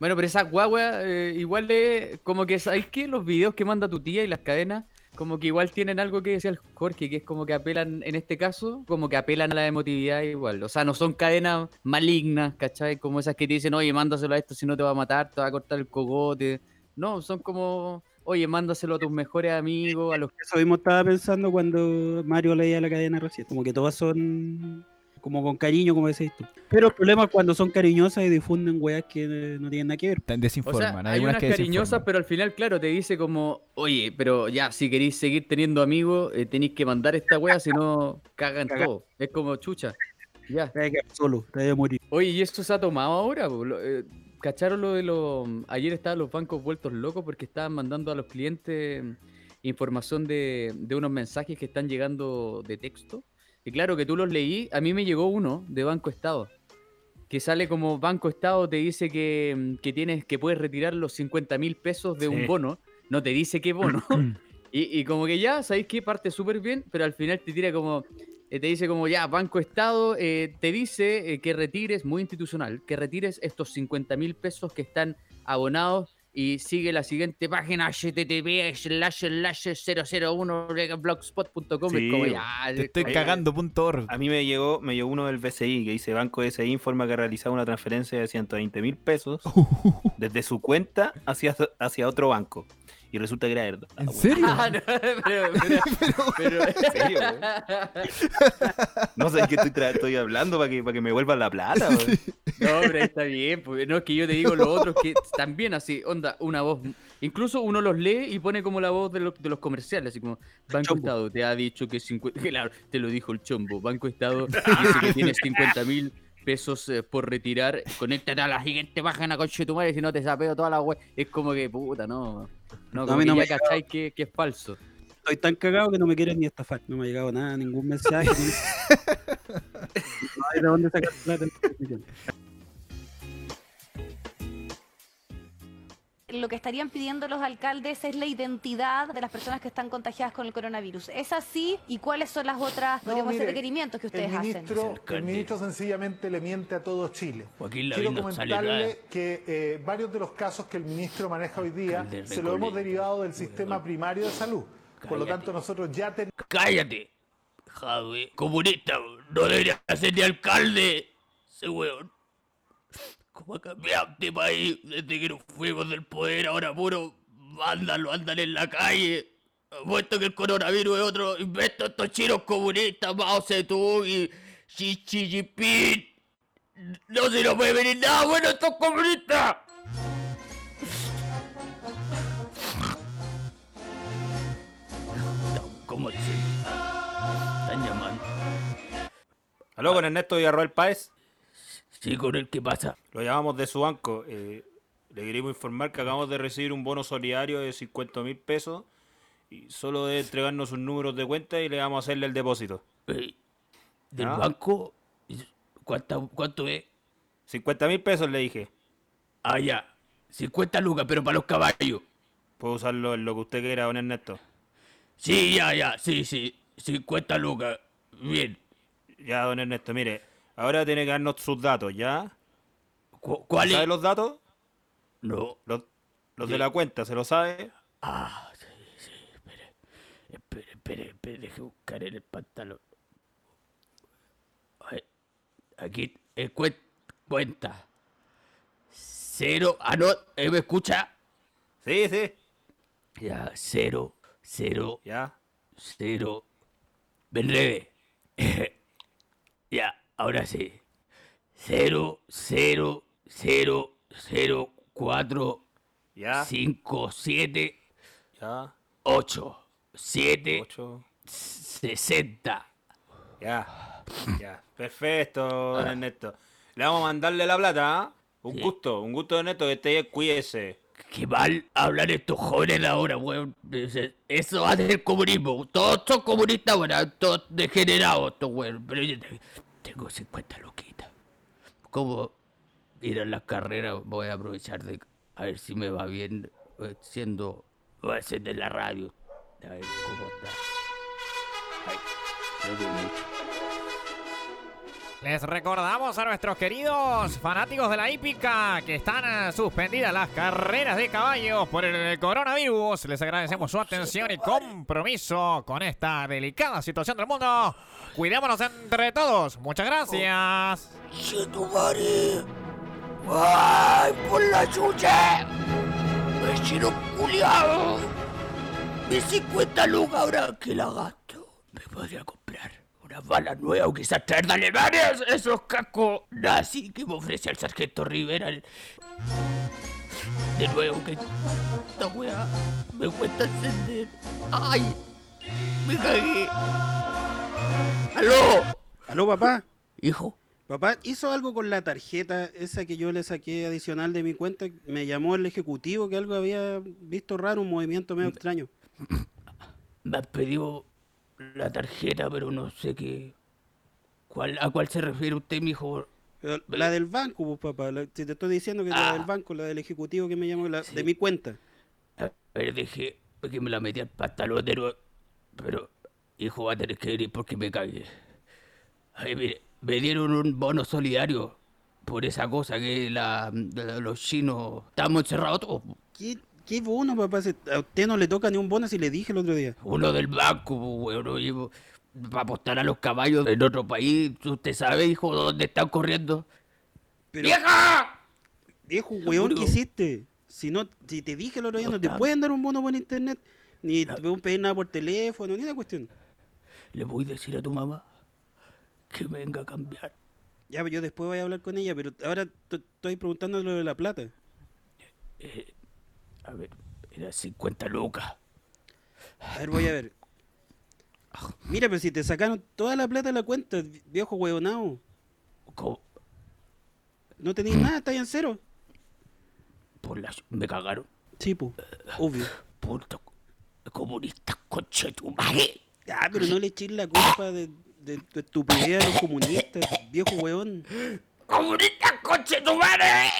Bueno, pero esas guaguas, eh, igual de. Como que, ¿sabéis que Los videos que manda tu tía y las cadenas, como que igual tienen algo que decía el Jorge, que es como que apelan, en este caso, como que apelan a la emotividad igual. O sea, no son cadenas malignas, ¿cachai? Como esas que te dicen, oye, mándaselo a esto si no te va a matar, te va a cortar el cogote. No, son como, oye, mándaselo a tus mejores amigos, a los. Eso mismo estaba pensando cuando Mario leía la cadena recién. Como que todas son como con cariño, como decís tú. Pero el problema es cuando son cariñosas y difunden weas que eh, no tienen nada que ver. Tan- O sea, Desinforman. hay algunas unas que cariñosas, desinforman. pero al final, claro, te dice como, oye, pero ya, si queréis seguir teniendo amigos, eh, tenéis que mandar esta wea, si no, cagan Caga. todo. Es como chucha. Ya. Te vas a quedar solo, te vas a morir. Oye, ¿y esto se ha tomado ahora? po? Lo- eh, ¿Cacharon lo de los... Ayer estaban los bancos vueltos locos porque estaban mandando a los clientes mm, información de, de unos mensajes que están llegando de texto. Y claro que tú los leí, a mí me llegó uno de Banco Estado, que sale como Banco Estado te dice que, mm, que tienes, que puedes retirar los 50 mil pesos de un Sí. bono, no te dice qué bono. y, y como que ya, ¿sabéis qué? Parte súper bien, pero al final te tira como, eh, te dice como ya, Banco Estado eh, te dice eh, que retires, muy institucional, que retires estos 50 mil pesos que están abonados y sigue la siguiente página http slash slash 001 blogspot.com Sí, es como bo. ya Te es estoy como- cagando.org. Ah, A mí me llegó, me llegó uno del BCI que dice Banco BCI informa que ha realizado una transferencia de 120 mil pesos desde su cuenta hacia, hacia otro banco. Y resulta que era Erdo. ¿En serio? Ah, no, pero, pero- pero- serio, güey? No sé de qué estoy, tra- estoy hablando para que, para que me vuelvan la plata. güey. No, pero está bien, pues, no es que yo te digo los otros que también así, onda, una voz. Incluso uno los lee y pone como la voz de, los- de los comerciales, así como Banco chombo. Estado te ha dicho que 50, claro, te lo dijo el chombo, Banco Estado dice que tienes 50 mil pesos eh, por retirar, conéctate a la siguiente página con tu madre si no te sapeo toda la web. Es como que puta, no. No, a como mí que no ya me llegó. cacháis que, que es falso. Estoy tan cagado que no me quieren ni estafar. No me ha llegado nada, ningún mensaje. ni- no hay de dónde sacar plata. lo que estarían pidiendo los alcaldes es la identidad de las personas que están contagiadas con el coronavirus. ¿Es así? ¿Y cuáles son las otras No, podríamos decir, mire, requerimientos que El ustedes hacen? ministro, Alcalde. el ministro sencillamente le miente a todo Chile. Joaquín Quiero Lavín González comentarle Rada. que eh, varios de los casos que el ministro maneja hoy día Alcalde se lo hemos Recoleta. derivado del sistema primario de salud. Por lo Cállate. tanto, nosotros ya tenemos... ¡Cállate! Jave, comunista, no debería ser de alcalde. Ese weón. ¿Cómo ha cambiado este país desde que nos fuimos del poder? Ahora puro vándalo, andan en la calle. Apuesto que el coronavirus es otro invento de estos chinos comunistas, Mao Zedong y Xi Xi Jinping. No se nos puede venir nada bueno a estos comunistas. ¿Cómo se están llamando? Aló, con Ernesto Villarroel Páez. Sí, con él, ¿qué pasa? Lo llamamos de su banco. eh, le queremos informar que acabamos de recibir un bono solidario de 50 mil pesos y solo de entregarnos sus números de cuenta y le vamos a hacerle el depósito. Eh, ¿Del ¿Ah? banco? ¿Cuánto, ¿Cuánto es? 50 mil pesos le dije. Ah, ya. 50 lucas, pero para los caballos. Puedo usarlo en lo que usted quiera, don Ernesto. Sí, ya, ya, sí, sí. 50 lucas. Bien. Ya, don Ernesto, mire. Ahora tiene que darnos sus datos, ¿ya? cuál ¿Sabe es? los datos? No. Los, los de la cuenta, ¿se lo sabe? Ah, sí, sí, espere. Espere, espere, espere, deje buscar en el pantalón. A ver, Aquí, eh, cuen- cuenta. Cero, ah, no, eh, ¿me escucha? Sí, sí. Ya, cero, cero. Ya. Cero. Benreve. ya, ahora sí. Cero, cero, cero, cero, cuatro, Ya. cinco, siete, Ya. ocho, siete, Ocho. sesenta. Ya. Ya. Perfecto, Ah. don Ernesto. Le vamos a mandarle la plata, ¿ah? Un gusto, un gusto, don Ernesto, que esté bien, cuídese. Qué mal hablan estos jóvenes ahora, weón. Ese- Eso hace el comunismo. Todos son comunistas ahora, todos degenerados, estos weón. Pero yo te- tengo 50 loquitas. ¿Cómo ir a las carreras? Voy a aprovechar de. A ver si me va bien eh, siendo. Voy a ser de la radio. A ver cómo está. Ay, no veo mucho. Les recordamos a nuestros queridos fanáticos de la hípica que están ah, suspendidas las carreras de caballos por el eh, coronavirus. Les agradecemos su atención y compromiso con esta delicada situación del mundo. Cuidémonos entre todos. Muchas gracias. ¡Ay, por la chucha! ¡Me chino culiao! Mis 50 lucas ahora que la gasto. Me podría comprar una bala nueva o quizás traer de Alemania es- esos cascos nazi que me ofrece el sargento Rivera. el- De nuevo, que esta wea me cuesta encender. ¡Ay! ¡Me cagué! ¡Aló! ¿Aló, papá? Hijo. Papá, ¿hizo algo con la tarjeta esa que yo le saqué adicional de mi cuenta? Me llamó el ejecutivo que algo había visto raro, un movimiento medio extraño. Me han pedido la tarjeta, pero no sé qué. ¿Cuál, ¿A cuál se refiere usted, mijo? Pero La del banco, pues, papá. la- si te estoy diciendo que es la del banco, la del ejecutivo que me llamó, la de mi cuenta. A ver, dejé que me la metí al pantalón de nuevo. Pero, hijo, va a tener que venir porque me cagué. Ay, mire, me dieron un bono solidario por esa cosa que la, de los chinos. Estamos encerrados todos. ¿Qué, qué bono, papá? Si a usted no le toca ni un bono si le dije el otro día. Uno del banco, pues, weón, oye, pues, para apostar a los caballos en otro país. ¿Usted sabe, hijo, dónde están corriendo? ¡Vieja! Viejo, weón, ¿qué hiciste? Si, no, si te dije el otro día, no te pueden dar un bono por internet, ni te pueden pedir nada por teléfono, ni una cuestión. Le voy a decir a tu mamá que venga a cambiar. Ya, pero yo después voy a hablar con ella, pero ahora t- estoy preguntando lo de la plata. Eh, a ver, era 50 lucas. A ver, voy a ver. Mira, pero si te sacaron toda la plata de la cuenta, vi- viejo huevonao. ¿Cómo? No tenéis nada, estáis en cero. Por la... Me cagaron. Sí, po, obvio. Puto comunista, coche tu madre. Ah, pero no le echéis la culpa de, de tu estupidez a los comunistas, viejo huevón. ¡Comunista, coche tu madre!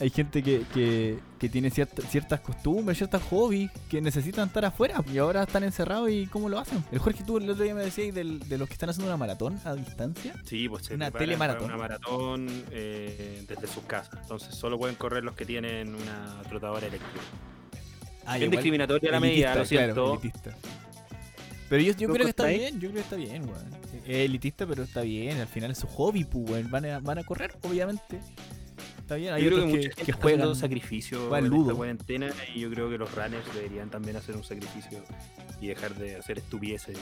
hay gente que, que- que tiene cierta- ciertas costumbres, ciertos hobbies que necesitan estar afuera y ahora están encerrados y ¿cómo lo hacen? El Jorge, tú el otro día me decías del- de los que están haciendo una maratón a distancia. Sí, pues se Una preparan para telemaratón. Una maratón eh, desde sus casas. Entonces solo pueden correr los que tienen una trotadora eléctrica. Ah, Bien igual, discriminatoria la medida, lo elitista, claro, siento. elitista. Pero yo, yo ¿Lo creo que está cortáis? bien, yo creo que está bien, weón. Es elitista, pero está bien. Al final es su hobby, pues, weón. Van a, van a correr, obviamente. Está bien, Ah, hay yo creo otros que, mucha que, gente que está haciendo juegan. un sacrificio juegan en esta ludo. cuarentena y yo creo que los runners deberían también hacer un sacrificio y dejar de hacer estupideces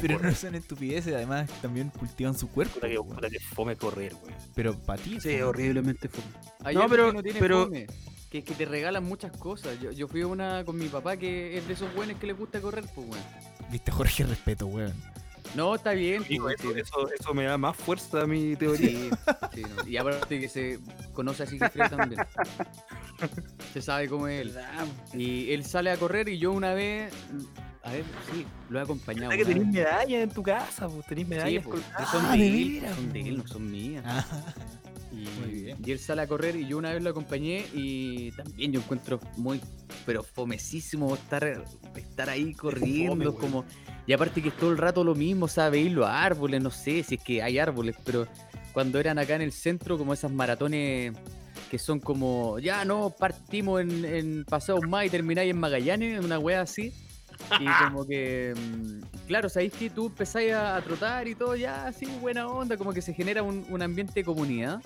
Pero no correr. son estupideces, además también cultivan su cuerpo. pues, Puta que- weón. puta que fome correr, güey. Pero para ti. pues, Sí, horriblemente fome. Hay No, gente pero- que no tiene pero- fome, que, que te regalan muchas cosas. Yo, yo fui a una con mi papá que es de esos buenos que les gusta correr, pues, weón. Viste, Jorge, respeto, weón. No, está bien. Digo, pues, eso, sí. eso- eso me da más fuerza a mi teoría. Sí, sí, no. Y aparte que se conoce a Sigifred también. Se sabe cómo es él. Y él sale a correr y yo una vez. A ver, sí, lo he acompañado. que una tenés vez. medallas en tu casa, pues, tenés Sí, medallas. pues, colgadas. son Ah, de de él, veras, son de pues. él, no son mías. Ah. Muy Y, bien. y él sale a correr y yo una vez lo acompañé y también yo encuentro muy, pero fomesísimo estar, estar ahí corriendo, weón. como... Y aparte que es todo el rato lo mismo, o sea, veis los árboles, no sé si es que hay árboles, pero cuando eran acá en el centro, como esas maratones que son como, ya no, partimos en, en Paseo Más y termináis en Magallanes, una wea así. Y como que, mm, claro, sabéis que tú empezáis a, a trotar y todo, ya así, buena onda, como que se genera un, un ambiente de comunidad.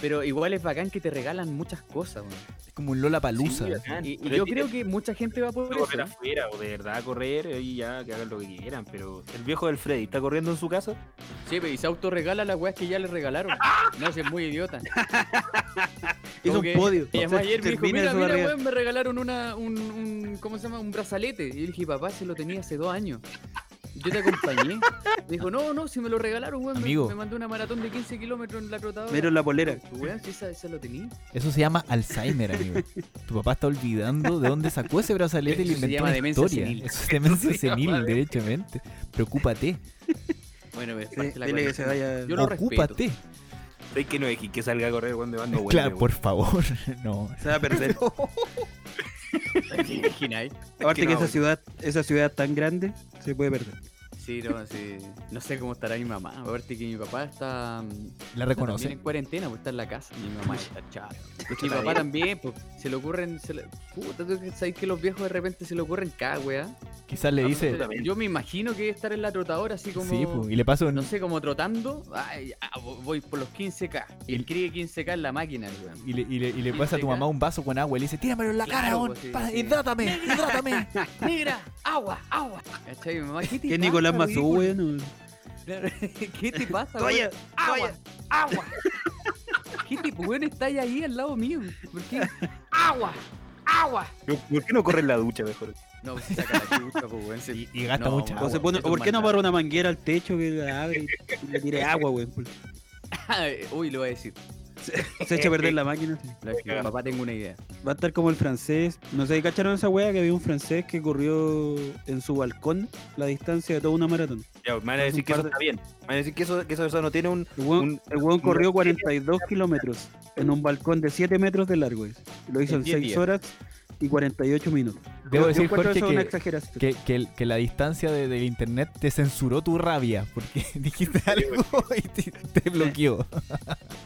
Pero igual es bacán que te regalan muchas cosas, weón. Es como un Lola Palusa. Sí, Ah, bacán. Y- y yo creo que mucha gente va por eso. correr afuera o de verdad correr y ya que hagan lo que quieran. Pero el viejo del Freddy está corriendo en su casa. Sí, pero y se autorregala las weas que ya le regalaron. No, si es muy idiota. Hizo Como un que podio. Me llamó ayer, me dijo, Termina mira, su mira, barriga. weón, me regalaron una, un, un- ¿cómo se llama? Un brazalete. Y yo le dije, papá, se lo tenía hace dos años. Yo te acompañé. Me dijo, no, no, si me lo regalaron, weón. me- Amigo. Me, mandó una maratón de 15 kilómetros en la trotadora. Mero en la polera. Weón, si esa, esa lo tenía. Eso se llama Alzheimer, amigo. tu papá está olvidando de dónde sacó ese brazalete y le Eso se inventó llama una demencia historia. senil. Eso es demencia Eso se llama senil, demencia. derechamente. Preocúpate. Bueno, pero es Sí, parte de la dile que se cuarentena. vaya- Yo lo respeto. Ocúpate. Hay que no es que salga a correr cuando van no vuelve. Claro, por favor. No. Se va a perder. ¿Te imagináis? Aparte Es que no, esa ciudad, esa ciudad tan grande se puede perder. Sí, no, sí. No sé cómo estará mi mamá. Aparte que mi papá está. mm, ¿La reconoce? también en cuarentena, pues está en la casa. Mi mamá está chata. Mi está papá bien. también, pues se le ocurren. Se le... Puta, tú que sabes que los viejos de repente se le ocurren cada weá. Quizás le dice. Yo me imagino que estar en la trotadora así como. Sí, pues, y le paso un- No sé, como trotando. Ay, ah, vo- voy por los 15K. Y escribe 15K en la máquina, el weón. Y le, y le- y le pasa a tu mamá un vaso con agua y le dice, tíramelo en la Claro, cara, weón. pues, sí, pa- sí. Hidrátame, hidrátame. Negra, agua, agua. ¿Cachai? Mi mamá, ¿qué te ¿Qué es Nicolás pasa, Mazú, ridículo? weón? ¿Qué te pasa, Toalla, weón? ¡Agua! ¡Agua! ¿Qué tipo, weón, está ahí, ahí al lado mío? ¿Por qué? ¡Agua! ¡Agua! ¿Por qué no correr en la ducha mejor? No, se saca la chucha, pues, weón. se- Y, No, O, se pone- o ¿Por qué no amarra una manguera al techo que la abre y le tire agua, weón? Eh, Uy, lo voy a decir. Se echa a perder la máquina. sí. Lo dije, Papá, tengo una idea. Va a estar como el francés. No sé, ¿cacharon esa weá que había un francés que corrió en su balcón la distancia de toda una maratón? Ya, me van a decir que eso está bien. Me van a decir que eso, que eso, eso no tiene un. El weón, un- el weón un- corrió 42 kilómetros en un balcón de 7 metros de largo. es. Lo hizo En en 10 6 días. horas y 48 minutos. Debo Yo decir, encuentro Jorge, eso una que, exageración. que, que el- que la distancia de- del internet te censuró tu rabia porque dijiste pues. algo y te, te bloqueó.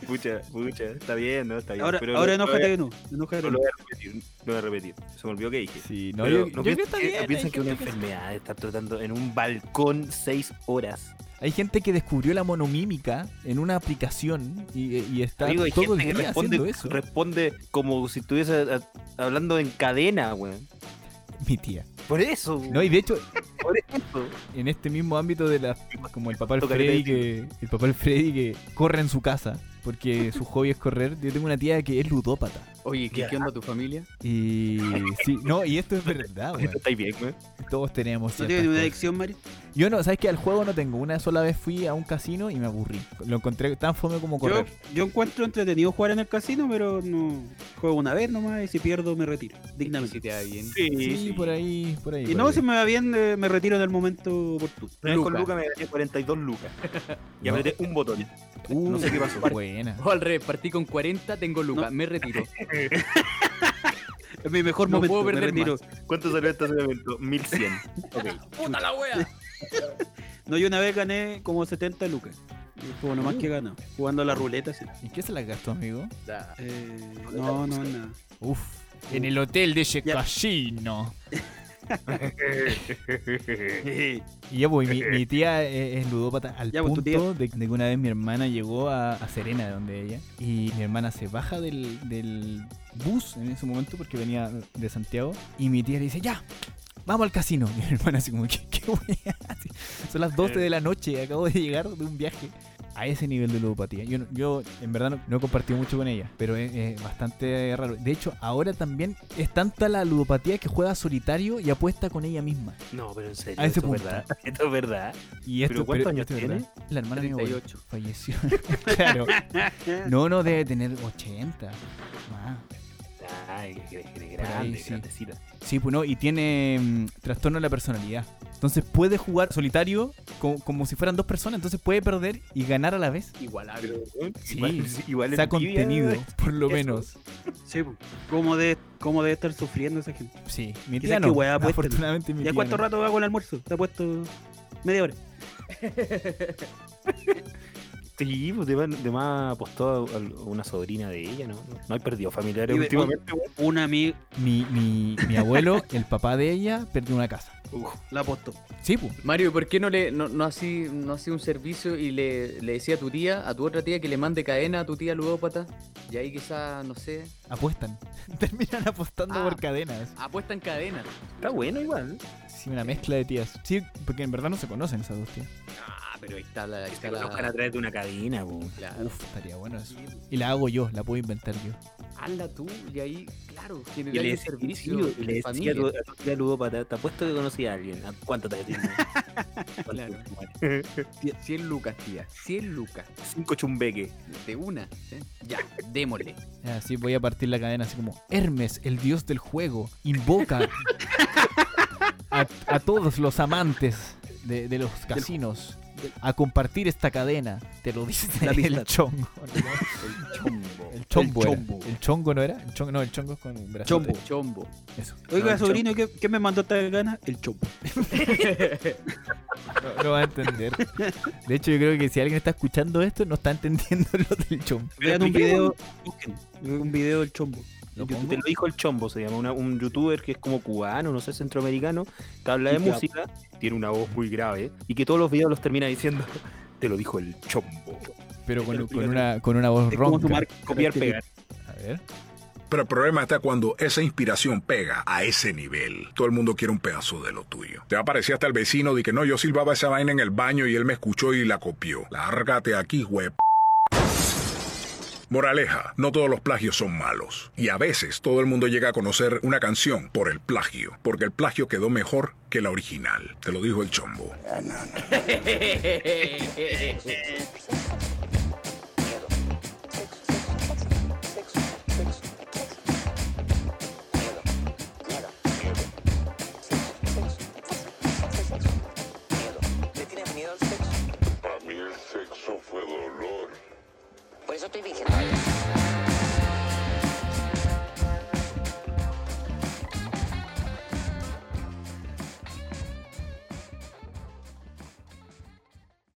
Pucha, pucha, está bien, ¿no? Está bien. Ahora- pero ahora no- enójate no- de nuevo, enójate de no Lo nuevo. voy a repetir, lo voy a repetir. Se me olvidó que dije. Sí, no, yo- yo creo que está piensan, bien, no piensan hay que es una gente que- enfermedad estar tratando en un balcón seis horas. Hay gente que descubrió la monomímica en una aplicación y, eh, y está Amigo, hay todo el gente que día responde, haciendo eso. responde como si estuviese a- hablando en cadena, weón. Mi tía. Por eso. No, y de hecho, Por eso. en este mismo ámbito de la como el papá del Tocaré Freddy la que el papá del Freddy que corre en su casa porque su hobby es correr. Yo tengo una tía que es ludópata Oye, ¿qué, qué onda tu familia? y sí, no, y esto es verdad, weón. ¿Estáis bien, weón? Todos tenemos ¿No ciertas tiene una cosas. adicción, Mari? Yo no, ¿sabes que Al juego no tengo. Una sola vez fui a un casino y me aburrí. Lo encontré tan fome como Yo, correr. yo encuentro entretenido jugar en el casino, pero no juego una vez nomás y si pierdo me retiro dignamente. Si te da bien. Sí, Sí, sí. por ahí, por ahí. Y por no, ahí. si me va bien, eh, me retiro en el momento oportuno. Una vez con Luca me gané 42 lucas. Y No. apreté un botón. Uh, no sé qué pasó. Buena. O Oh, al revés, partí con 40, tengo lucas, me retiro. Es mi mejor No momento, puedo me perder retiro. ¿Cuánto salió este evento? 1100. Ok. ¡Puta la wea! No, yo una vez gané como 70 lucas. Y Fue nomás que ganó. Jugando a la ruleta, sí. ¿En qué se las gastó, amigo? Eh, no, no, nada. Uf. En el hotel de ese casino. Y ya voy, mi, mi tía es, es ludópata al Ya, pues, tu punto de, de que una vez mi hermana llegó a, a Serena, de donde ella, y mi hermana se baja del, del bus en ese momento porque venía de Santiago, y mi tía le dice, ya, vamos al casino. Y mi hermana así como, ¿qué, qué wea?". Así, Son las 12 de la noche, acabo de llegar de un viaje. A ese nivel de ludopatía. Yo, no- yo en verdad no, no he compartido mucho con ella, pero es, es bastante raro. De hecho, ahora también es tanta la ludopatía que juega solitario y apuesta con ella misma. No, pero en serio. A esto ese es punto. verdad. Esto es verdad. Y esto, ¿Pero cuántos años esto es tiene? verdad. La hermana de mi abuelo 38. falleció. claro. No, no, debe tener 80. Más. Ay, que- que- que- por ahí, grande, sí. grandecita. Sí, pues no, y tiene mm, trastorno de la personalidad. Entonces puede jugar solitario co- como, si fueran dos personas, entonces puede perder y ganar a la vez. Igualable. ¿eh? Sí, Igual- igual envidia, está ¿eh? contenido, por lo eso. menos. Sí, po. ¿cómo debe, cómo debe estar sufriendo esa gente? Sí, mi Quizás tía que no. weá apuesten. Afortunadamente mi ¿Ya tía cuánto no. rato hago el almuerzo? Te ha puesto media hora. Sí, pues de más, de más apostó a a una sobrina de ella, ¿no? No hay perdido familiares Y de- últimamente. un, un amigo Mi, mi, mi abuelo, el papá de ella, perdió una casa. la apostó. Sí, pues. Mario, ¿por qué no le no, no así, no hacía un servicio y le, le decía a tu tía, a tu otra tía, que le mande cadena a tu tía ludópata? Y ahí quizá, no sé, Apuestan. Terminan apostando Ah. por cadenas. apuesta en cadena. Está bueno igual. Sí, una mezcla de tías. Sí, porque en verdad no se conocen esas dos tías. Ah, pero ahí está. Está la, está Se la- conozcan a través de una cadena, pues. claro. Uf, estaría bueno eso. Y la hago yo, la puedo inventar yo. Hazla tú y ahí, claro, Y generar le, un decía- servicio y le de decía familia. a tu, a tu tía ludópata, te apuesto que conocí a alguien. ¿A ¿Cuánto te decía? Claro. 100 lucas, tía. 100 lucas. Cinco chumbeques. De una. ¿eh? Ya, démosle. Así voy a partir la cadena así como Hermes, el dios del juego, invoca a, a todos los amantes de, de los casinos a compartir esta cadena. Te lo dice La el amistad. chongo. El chombo. El chombo. El era. chombo. El chongo no era. El chongo, no, el chongo es con brazos. Chombo. Chombo. Eso. Oiga, No, el sobrino, ¿qué, qué me mandó esta gana? El chombo. No, no va a entender. De hecho, yo creo que si alguien está escuchando esto, no está entendiendo lo del chombo. Vean un video, busquen, un video del chombo. ¿Lo Yo- pongo? Te lo dijo el Chombo, se llama una- un youtuber que es como cubano, no sé, centroamericano, que habla de Y que música, tiene una voz muy grave y que todos los videos los termina diciendo, te lo dijo el Chombo. Pero Te con, lo con explico. una, con una voz Es como su ronca. marca. Copiar, pegar. A ver. Pero el problema está cuando esa inspiración pega a ese nivel. Todo el mundo quiere un pedazo de lo tuyo. Te va a parecer hasta el vecino de que no, yo silbaba esa vaina en el baño y él me escuchó y la copió. Lárgate aquí, web. Moraleja, no todos los plagios son malos. Y a veces todo el mundo llega a conocer una canción por el plagio, porque el plagio quedó mejor que la original. Te lo dijo el chombo. Para mí el sexo fue dolor. Por eso estoy virgen.